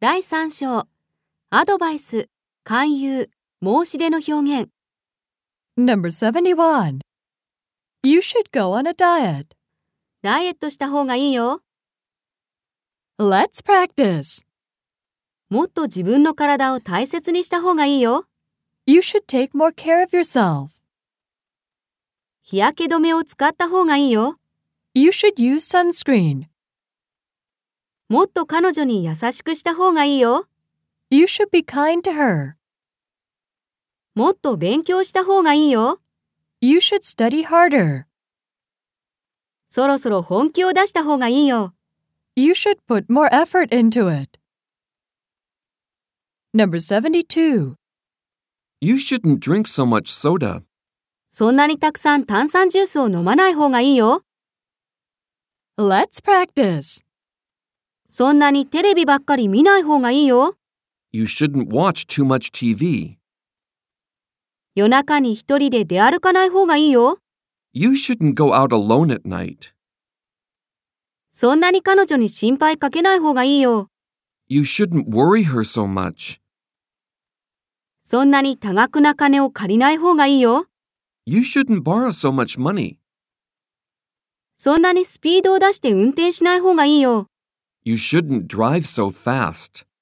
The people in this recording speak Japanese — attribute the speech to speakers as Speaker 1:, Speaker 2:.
Speaker 1: 第3章アドバイス勧誘申し出の表現
Speaker 2: Number 71. You should go on a diet.
Speaker 1: ダイエットした方がいいよ
Speaker 2: Let's practice.
Speaker 1: もっと自分の体を大切にした方がいいよ
Speaker 2: You should take more care of yourself.
Speaker 1: 日焼け止めを使った方がいいよ
Speaker 2: You should use sunscreen.
Speaker 1: もっと彼女に優しくした方がいいよ
Speaker 2: You should be kind to her.
Speaker 1: もっと勉強した方がいいよ
Speaker 2: You should study harder.
Speaker 1: そろそろ本気を出した方がいいよ
Speaker 2: You should put more effort into it. Number 72.
Speaker 3: You shouldn't drink so much soda.
Speaker 1: そんなにたくさん炭酸ジュースを飲まない方がいいよ
Speaker 2: Let's practice.
Speaker 1: そんなにテレビばっかり見ない方がいいよ
Speaker 3: You shouldn't watch too much TV.
Speaker 1: 夜中に一人で出歩かない方がいいよ
Speaker 3: You shouldn't go out alone at night.
Speaker 1: そんなに彼女に心配かけない方がいいよ
Speaker 3: You shouldn't worry her so much.
Speaker 1: そんなに多額な金を借りない方がいいよ
Speaker 3: You shouldn't borrow so much money.
Speaker 1: そんなにスピードを出して運転しない方がいいよ
Speaker 3: You shouldn't drive so fast.